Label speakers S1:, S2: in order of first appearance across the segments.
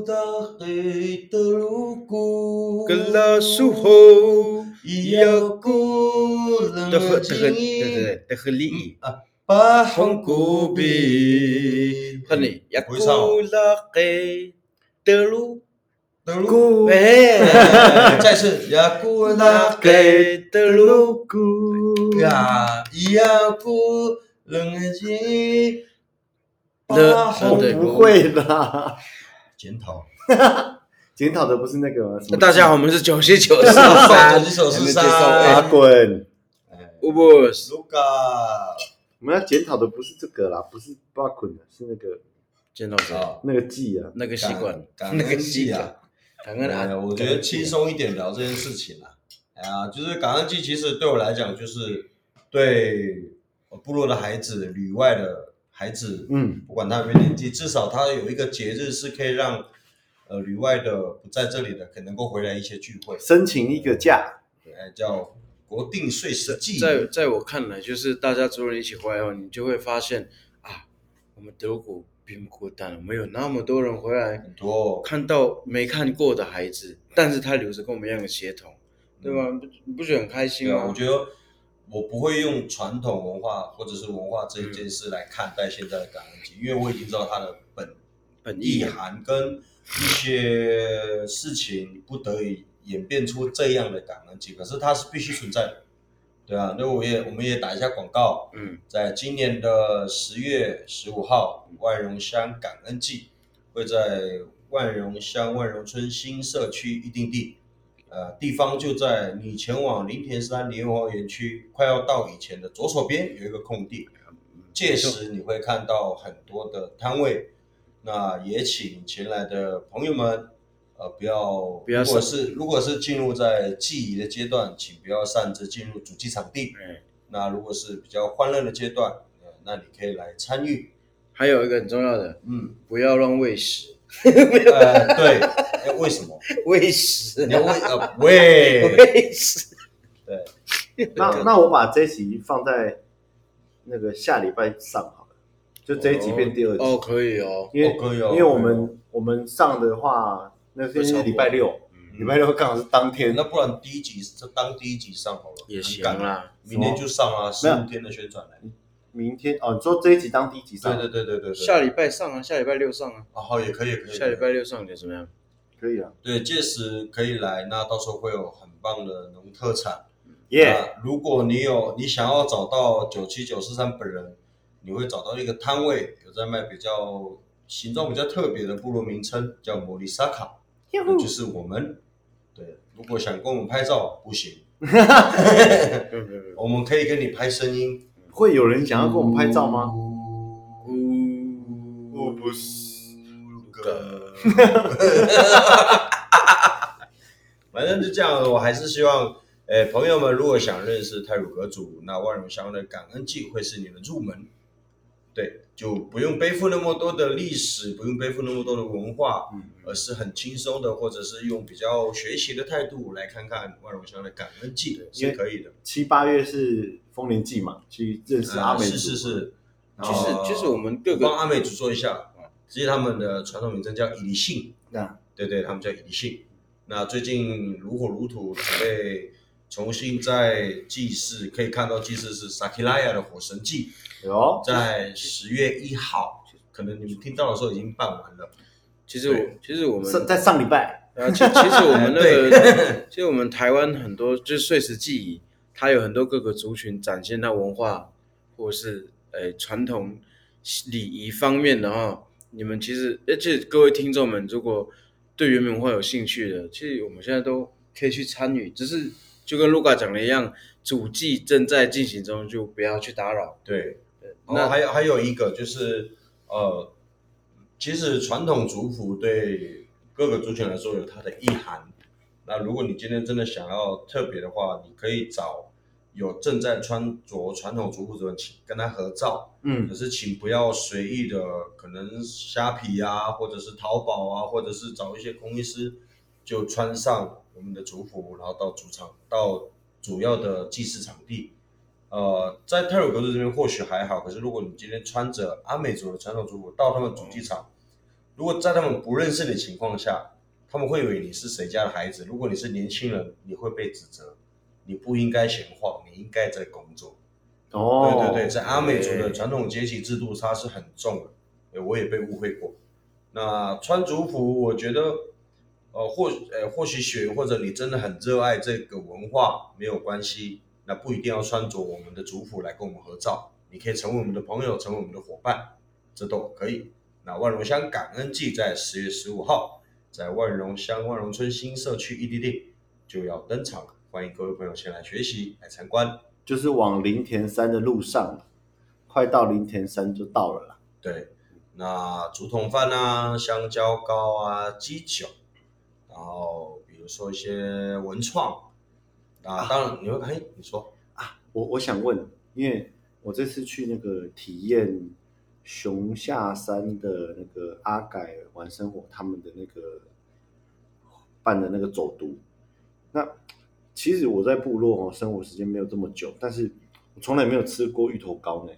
S1: 到黑的路谷，
S2: 格拉苏吼，
S1: 要孤冷
S2: 德
S1: 的
S2: 赫德赫
S1: 静
S2: 对对
S1: 音，
S2: 对，德赫利，
S1: 把红谷比，
S2: 赫尼雅古
S1: 会唱哦
S2: 拉给德鲁，
S1: 的路，
S2: Eh, 哎，
S1: 再次要孤
S2: 拉
S1: 那给
S2: 给德鲁，
S3: 谷
S1: 呀，要孤冷的静音，
S2: 的
S1: 把
S3: 我
S1: 红
S2: 对
S3: 哦不会啦，
S1: 检讨，
S3: 检讨的不是那个什么
S2: 大家好，我们是九十九 十
S1: 手
S2: 三
S1: 指，手
S2: 还没
S1: 是
S2: 介绍
S3: 打
S1: 三，
S3: 滚，
S2: 乌布斯，
S1: 苏嘎，
S3: 我们要检讨的不是这个啦，不是八滚的，是那个
S2: 见到谁？
S1: 好。
S3: 那个记啊，
S2: 那个习 惯，
S1: 感感
S2: 那个
S1: 恩
S2: 习
S1: 季
S2: 惯
S1: 啊，
S2: 感恩
S1: 哎
S2: 啊，
S1: 我觉得轻松一点聊这件事情啊。哎呀，就是感恩季，其实对我来讲，就是对呃部落的孩子、旅外的孩子，
S3: 嗯，
S1: 不管他有没有年纪，至少他有一个节日是可以让呃旅外的不在这里的，可能够回来一些聚会，
S3: 申请一个假，
S1: 哎，叫国定岁时祭。
S2: 在在我看来，就是大家族人一起回来后，你就会发现啊，我们德国并不孤单，我们有那么多人回来，
S1: 很多
S2: 看到没看过的孩子，但是他留着跟我们一样的血统，
S3: 嗯
S2: 对吗？你不你不觉得很开心
S1: 对啊，
S2: 吗
S1: 我？觉得我不会用传统文化或者是文化这一件事来看待现在的感恩季，因为我已经知道它的本
S2: 本意
S1: 意
S2: 啊，
S1: 涵跟一些事情不得已演变出这样的感恩节，可是它是必须存在的，对啊，那我也我们也打一下广告，
S2: 嗯，
S1: 在今年的十月十五号，万荣乡感恩季会在万荣乡万荣村新社区预定地，呃，地方就在你前往林田山莲花园区快要到以前的左手边有一个空地，
S2: 嗯
S1: 届时你会看到很多的摊位，那也请前来的朋友们，呃，不要，
S2: 不要
S1: 如果是如果是进入在祭仪的阶段，请不要擅自进入主祭场地。
S2: 哎，
S1: 那如果是比较欢乐的阶段，呃，那你可以来参与。
S2: 还有一个很重要的，
S1: 嗯，
S2: 不要乱喂食，
S1: 呃，对，哎为什么？
S2: 喂食
S1: 你，要喂呃 喂，
S2: 喂食，
S1: 对，
S3: 那那我把这集放在那个下礼拜上好了，就这一集变第二集，
S2: 哦，可以哦，
S3: 因为、
S1: 哦可以哦
S3: 因为我
S1: 可以
S3: 们我们上的话，那
S2: 会超过
S3: 是礼拜六，礼拜六刚好是当天，
S1: 那不然第一集就当第一集上好了，
S2: 也行啊
S1: 很赶，
S2: 啦，
S1: 明天就上啊，十
S3: 没有
S1: 五天的宣传嘞。
S3: 明天哦，你说这一集当第一集上，
S1: 对对对对对对，
S2: 下礼拜上啊，下礼拜六上啊，
S1: 啊好也可以也可以，
S2: 下礼拜六上你觉得怎么样？
S3: 可以啊，
S1: 对，届时可以来，那到时候会有很棒的农特产。
S3: 耶、
S1: 那如果你有你想要找到九七九四三本人，你会找到一个摊位，有在卖比较形状比较特别的部落名称，叫摩利萨卡，
S3: 哟
S1: 啊那就是我们。对，如果想跟我们拍照不行，
S2: 没有没有没有
S1: 我们可以跟你拍声音。
S3: 会有人想要跟我们拍照吗？
S2: 呜
S3: 我不是，
S1: 反正就这样，我还是希望，呃，朋友们如果想认识泰鲁格族，那万荣乡的感恩祭会是你的入门，对，就不用背负那么多的历史，不用背负那么多的文化，而是很轻松的，或者是用比较学习的态度来看看万荣乡的感恩祭
S3: 因
S1: 是
S3: 为
S1: 可以的。
S3: 七八月是丰年祭嘛，去认识阿美、
S1: 呃是是，是，然
S2: 其
S1: 后
S2: 实其实我们各个
S1: 帮阿美族说一下，其实他们的传统名称叫以利信，
S3: 那
S1: 对对，他们叫以信。那最近如火如荼，准备重新在祭祀，可以看到祭祀是萨克拉亚的火神祭，
S3: 有哦
S1: 在十月一号，可能你们听到的时候已经办完了。
S2: 其实我其实我们
S3: 上在上礼拜，
S2: 啊，其其实我 们那个，其实我们台湾很多就是碎石记忆，它有很多各个族群展现它文化或是呃传统礼仪方面的哈。你们其实，而且各位听众们，如果对原民文化有兴趣的，其实我们现在都可以去参与，只是就跟 Luca 讲的一样，主祭正在进行中，就不要去打扰。
S1: 对，然
S2: 那
S1: 后还有还有一个就是，呃，其实传统族服对各个族群来说有它的意涵。那如果你今天真的想要特别的话，你可以找有正在穿着传统族服的人，请跟他合照。
S3: 嗯
S1: 可，是请不要随意的，可能虾皮啊，或者是淘宝啊，或者是找一些工艺师，就穿上我们的族服，然后到主场，到主要的祭祀场地。呃，在泰鲁格族这边或许还好，可是如果你今天穿着阿美族的传统族服到他们主祭场，如如果在他们不认识的情况下，他们会以为你是谁家的孩子。如果你是年轻人，你会被指责，你不应该闲晃，你应该在工作。
S3: 哦，
S1: 对对对，在阿美族的传统阶级制度，它是很重的。呃我也被误会过。那穿族服，我觉得，呃，或呃，或许学或者你真的很热爱这个文化，没有关系。那不一定要穿着我们的族服来跟我们合照，你可以成为我们的朋友，成为我们的伙伴，这都可以。那万荣乡感恩祭在十月十五号，在万荣乡万荣村新社区 EDD 就要登场了，欢迎各位朋友前来学习来参观。
S3: 就是往林田山的路上嘛，快到林田山就到了啦。
S1: 对，那竹筒饭啊、香蕉糕啊、鸡酒，然后比如说一些文创，啊，当然你会哎，你说
S3: 我我想问，因为我这次去那个体验熊下山的那个阿改玩生活他们的那个办的那个走读，那其实我在部落哦生活时间没有这么久，但是我从来没有吃过芋头糕呢。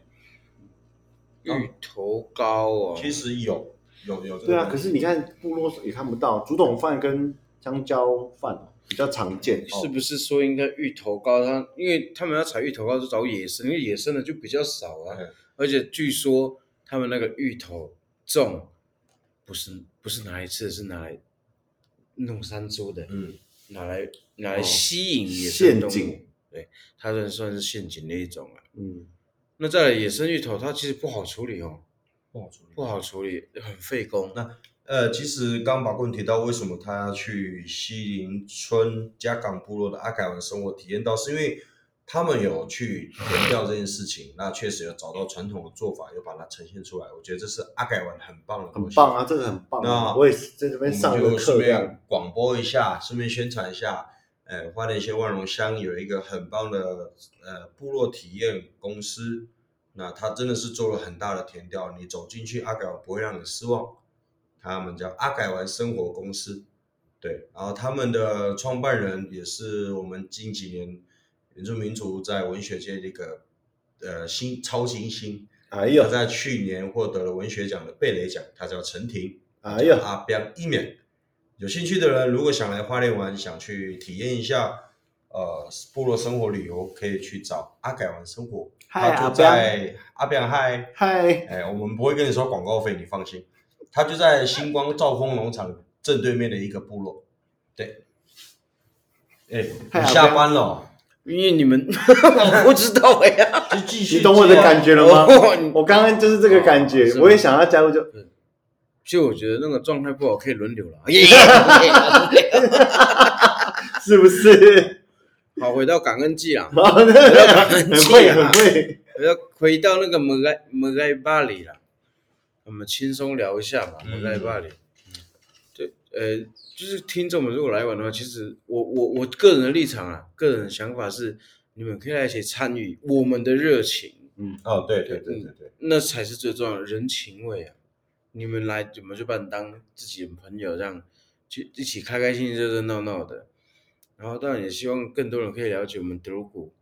S2: 芋头糕
S1: 哦
S2: 哦，
S1: 其实有有有这个
S3: 对啊，
S1: 东
S3: 可
S1: 西
S3: 是你看部落也看不到竹筒饭跟香蕉饭哦比较常见
S2: 是
S3: 哦。
S2: 不是说应该芋头糕？它因为他们要采芋头糕就找野生，因为野生的就比较少啊
S1: 嗯。
S2: 而且据说他们那个芋头种不是不是拿来吃的，是拿来弄山猪的，
S1: 嗯，
S2: 拿来拿来
S3: 哦
S2: 吸引野生动物。
S3: 陷阱
S2: 对，它算算是陷阱的一种啊。
S3: 嗯，
S2: 那再来野生芋头，它其实不好处理哦，
S1: 不好处理。
S2: 不好处理，很费工。
S1: 那呃，其实刚刚把棍提到，为什么他要去西林村嘉港部落的阿凯文生活体验到，是因为他们有去填掉这件事情，那确实有找到传统的做法，有把它呈现出来。我觉得这是阿凯文很棒的
S3: 很
S1: 东西，
S3: 棒啊，这个很棒、啊。
S1: 那
S3: 我也是在这
S1: 我
S3: 边
S1: 们
S3: 上
S1: 就
S3: 了课
S1: 顺
S3: 这样。
S1: 便广播一下，顺便宣传一下。呃，花莲县万荣乡有一个很棒的呃部落体验公司，那它真的是做了很大的填调，你走进去阿改湾不会让你失望。他们叫阿改湾生活公司，对，然后他们的创办人也是我们近几年原住民族在文学界的一个呃新超新星，
S3: 哎呦
S1: 他，在去年获得了文学奖的贝雷奖，他叫陈婷。
S3: 哎呦，
S1: 阿彪一免。有兴趣的人，如果想来花莲玩，想去体验一下呃部落生活旅游，可以去找阿改玩生活，
S3: 嗨
S1: 他
S3: 哎阿
S1: 就
S3: 彪
S1: 在阿彪嗨，
S3: 嗨，
S1: 哎，我们不会跟你收广告费，你放心。他就在星光兆丰农场正对面的一个部落，对。哎，你
S3: 嗨阿彪
S1: 下班了哦，
S2: 因为你 们我不知道哎呀、
S1: 就继续。啊
S3: 你懂我的感觉 了吗？
S2: 哦你
S3: 我刚刚就是这个感
S2: 哦
S3: 觉
S2: 是，吗
S3: 我也想要加入就，
S2: 其实我觉得那个状态不好可以轮 流了。 耶
S3: 是不 是？
S2: 好，回到感恩季啦，
S3: 然后呢，很
S2: 很气
S3: 会，
S2: 啊
S3: 很会。
S2: 回到回到那个摩盖摩盖巴里啦，我们轻松聊一下吧，摩
S1: 嗯
S2: 盖巴里。对，呃，就是听众们如果来玩的话，其实我我我个人的立场啊，个人的想法是，你们可以来一起参与我们的热情，
S1: 哦，对对对对对，
S3: 嗯
S2: 那才是最重要的人情味啊！你们来，你们就把你当自己的朋友这样，去一起开开心心、热热闹闹的。然后当然也希望更多人可以了解我们德鲁古，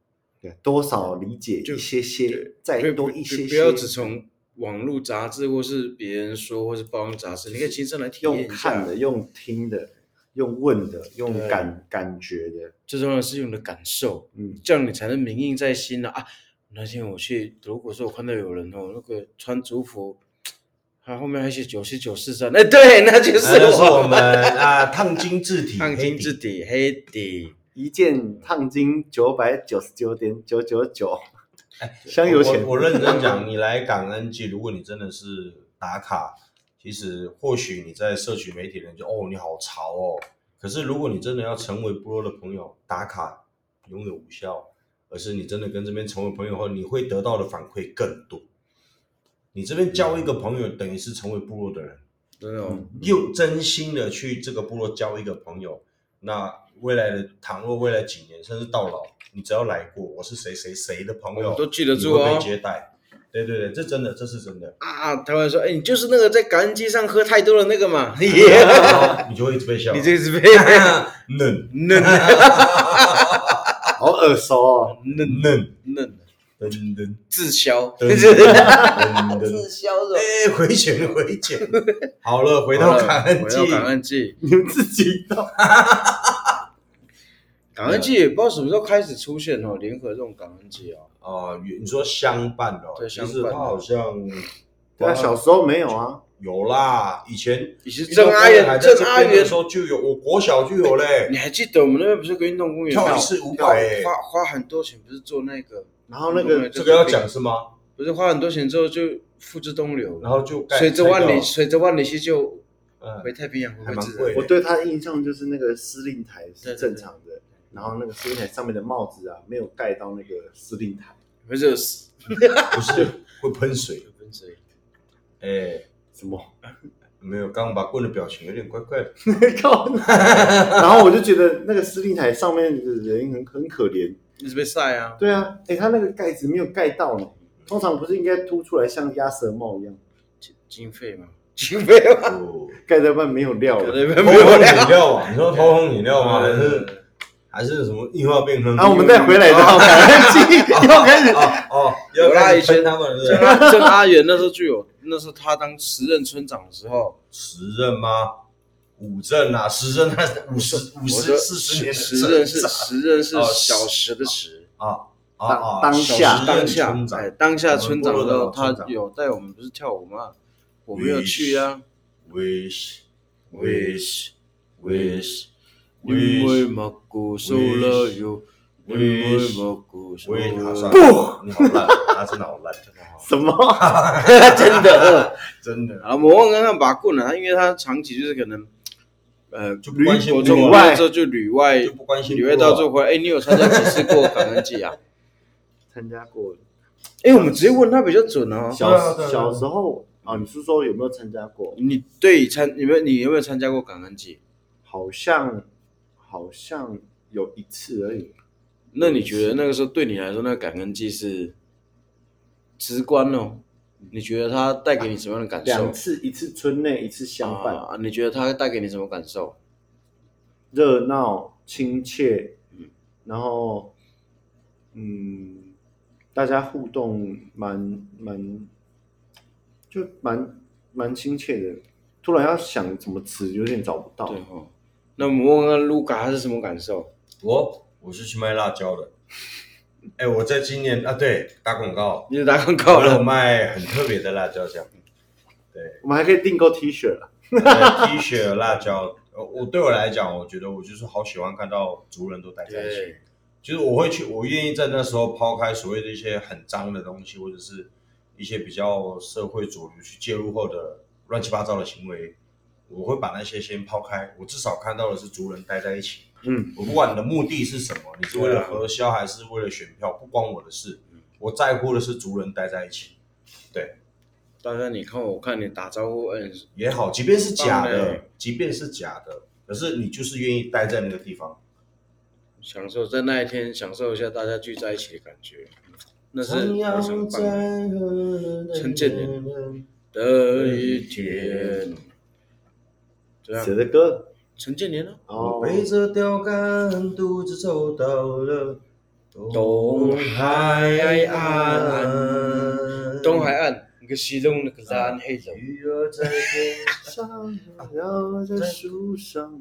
S3: 多少理解一些些
S2: 对，
S3: 再
S2: 不
S3: 哎多
S2: 不
S3: 一些些，
S2: 不要只从网络杂志或是别人说或是报章杂志，你可以亲身来体验
S3: 用
S2: 一下
S3: 看。的、用听的、用问的、用
S2: 对
S3: 感感觉的，
S2: 最重要的是用你的感受，
S3: 嗯，
S2: 这样你才能铭印在心啊！啊，那天我去德鲁古的时候，我看到有人哦，那个穿族服，他后面还写九七九四三，哎，对，那就
S1: 那
S2: 是
S1: 就是
S2: 我
S1: 我们啊烫金字体，
S2: 烫金字体黑底，
S3: 一件烫金九百九十九点九九九，香油
S1: 我
S3: 钱
S1: 我我认真讲，你来感恩季，如果你真的是打卡，其实或许你在社群媒体人就哦你好潮哦，可是如果你真的要成为部落的朋友，打卡永远无效，而是你真的跟这边成为朋友后，你会得到的反馈更多。你这边交一个朋友，等于是成为部落的人，
S2: 真的、
S1: 嗯
S2: 哦，
S1: 又真心的去这个部落交一个朋友，那未来的倘若未来几年甚至到老，你只要来过，我是谁谁谁的朋
S2: 我
S1: 友
S2: 们，都记得
S1: 你
S2: 住
S1: 会被
S2: 哦。，
S1: 接待。对对对，这真的，这是真的
S2: 啊，台湾说，哎、你就是那个在感恩街上喝太多的那个嘛，你
S1: 然后你就会一直被笑。
S2: 这是被
S1: 嫩
S2: 嫩
S3: 好耳熟哦。
S2: 嫩
S1: 嫩，
S2: 嫩，
S1: 噔噔
S2: 滞销。
S1: 噔噔噔，
S4: 滞销的，
S1: 哎，回旋回旋，好了，回
S2: 好
S1: 到
S2: 了
S1: 感恩
S2: 回到
S1: 季，
S2: 感恩季，
S3: 你们自己到。
S2: 感恩季也不知道什么时候开始出现哦，联合这种感恩季哦，
S1: 啊，你你说相伴的哦，
S2: 对
S1: 其
S2: 相
S1: 实
S2: 伴
S1: 他
S2: 的
S1: 好像
S3: 对啊，小时候没有啊，
S1: 有啦，以前
S2: 以前郑阿
S1: 还
S2: 元，
S1: 在
S2: 郑
S1: 这
S2: 阿
S1: 边的
S2: 元
S1: 时，候就有，我国小就有嘞，
S2: 你还记得我们那边不是有个运动公园
S1: 跳
S2: 吗？
S1: 一次五
S2: 跳
S1: 百，哎
S2: 花花很多钱，不是做那个，
S3: 然后那个
S2: 对
S1: 这个要讲是吗？
S2: 不是花很多钱之后就付之东流，
S1: 然后就盖
S2: 随着万
S1: 那
S2: 里，
S1: 个
S2: 随着万里溪就
S1: 嗯，
S2: 回太平洋，
S1: 还
S2: 回
S1: 蛮
S2: 自
S1: 贵
S2: 然。
S1: 的
S3: 我对他的印象就是那个司令台
S2: 对对
S3: 是正常的，然后那个司令台上面的帽子啊，没有盖到那个司令台，
S2: 不是有死
S1: 不是会喷水，
S2: 有跟谁？
S1: 哎，
S3: 什么？
S1: 没有，刚刚拔棍的表情有点怪怪的，
S3: 靠啊 然后我就觉得那个司令台上面的人很很可怜。
S2: 一直被晒啊，
S3: 对啊，哎，他那个盖子没有盖到呢，通常不是应该凸出来像鸭舌帽一样，
S2: 经经费嘛，经费 嘛，
S1: 哦，
S3: 盖在半没有料
S2: 可
S3: 了。
S2: 能
S1: 偷
S2: 没有
S1: 工饮料啊？你说偷工饮料吗？还是
S2: 嗯啊
S1: 还是什么硬化啊变坑？
S3: 然后啊我 们再回来到感恩 季，又开始
S1: 哦哦，
S2: 有啦
S1: 要
S2: 以前
S1: 跟他们对不对
S2: 郑阿郑阿元那时候就有，那时候他当时任村长的时候，
S1: 时任吗？五任啊，时任那是五十五
S2: 我
S1: 十
S2: 说
S1: 四十年的
S2: 时任是
S1: 镇长
S2: 时任是
S1: 哦
S2: 小时的时，
S1: 啊啊啊！
S3: 当
S1: 时
S3: 下
S1: 任
S2: 当下
S1: 村长
S2: 哎当下村长的时
S1: 我们部
S2: 候，
S1: 落的村
S2: 他
S1: 长
S2: 有带我们不是跳舞吗？我没有去啊，
S1: wish wish wish
S2: 因为
S1: wish
S2: 马古受了哟，因为马古受
S1: wish，好啊算了。
S2: 了
S1: 不，你好烂，他真的好烂，
S3: 什么？
S2: 真的
S1: 真的
S2: 啊！我忘刚刚把棍了，他因为他长期就是可能，呃，
S1: 就不关心
S2: 国
S1: 部落
S2: 中
S3: 外
S2: 之后就旅外，
S1: 就不关心啊
S2: 旅
S1: 部
S2: 外到最
S1: 落
S2: 后回来，哎，你有参加几次过感恩 季啊？
S3: 参加过
S2: 哎，我们直接问他比较准哦。
S3: 小
S1: 对啊对啊
S3: 小时候啊，你是说有没有参加过？
S2: 你对参你们你有没有参加过感恩节？
S3: 好像好像有一次而已。
S2: 那你觉得那个时候对你来说，那个感恩季是直观哦？你觉得它带给你什么样的感受
S3: 两？次，一次村内，一次乡办，
S2: 啊，你觉得它带给你什么感受？
S3: 热闹亲切，然后嗯，大家互动蛮蛮就蛮蛮亲切的。突然要想什么词，有点找不到
S2: 对。哦，那我问问卢卡他是什么感受？
S1: 我我是去卖辣椒的。哎，我在今年啊，对，打广告，
S2: 你就打广告
S1: 我有
S2: 了，
S1: 卖很特别的辣椒酱。
S3: 我们还可以订购 T 恤啊，
S1: 对 T 恤、辣椒，呃，我对我来讲，我觉得我就是好喜欢看到族人都待在一起
S2: 对。，
S1: 就是我会去，我愿意在那时候抛开所谓的一些很脏的东西，或者是一些比较社会主流去介入后的乱七八糟的行为，我会把那些先抛开。我至少看到的是族人待在一起。
S3: 嗯，
S1: 我不管你的目的是什么，你是为了核销还是为了选票，不关我的事。我在乎的是族人待在一起
S2: 大家你看我，我看你打招呼，嗯，
S1: 也好，即便是假
S2: 当
S1: 的
S2: 然，
S1: 即便是假的，可是你就是愿意待在那个地方。
S2: 享受在那一天享受一下大家聚在一起的感觉，那是
S1: 徜
S2: 非常
S1: 徉
S2: 棒的。
S1: 在
S2: 陈建仁的一天。这
S3: 写
S2: 样，
S3: 的歌
S2: 陈建年呢？
S1: 我
S3: 哦，
S1: 背着钓竿，独自走到了
S2: 东
S1: 海
S2: 海
S1: 岸。
S2: 岸东海岸，一个西东那个山黑人，
S1: 鱼儿在天上，
S3: 绕在树上，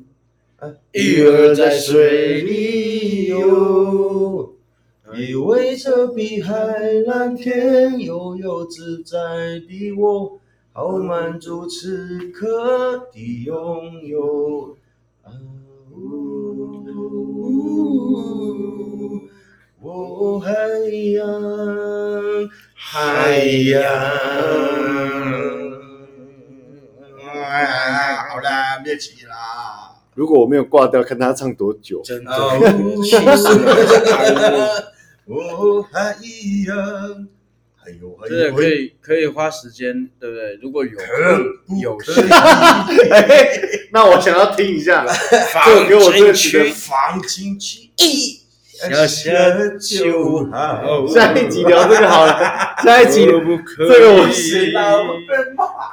S2: 鱼儿在水里游，
S1: 游，依偎着碧海蓝天，悠悠自在的我，好满足此刻的拥有。啊呜，哦海洋，海洋，啊，好啦，别急啦。
S3: 如果我没有挂掉，看他唱多久。
S2: 真的
S1: 哦，
S2: 气死我了！
S1: 哦，海洋，还有还
S2: 真的
S1: 有，
S2: 可以可以花时间，对不对？如果有
S1: 可
S2: 有
S1: 可
S2: 事，
S3: 那我想要听一下，
S2: 就
S3: 给我这个
S2: 区
S3: 觉
S1: 放进去，一
S2: 小小就
S1: 好
S3: 下一集聊这个好了。下一集
S2: 可不可以？
S3: 这个我
S1: 谁把我们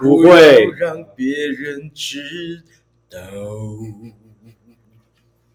S3: 不
S2: 要
S3: 会
S2: 让别人知道。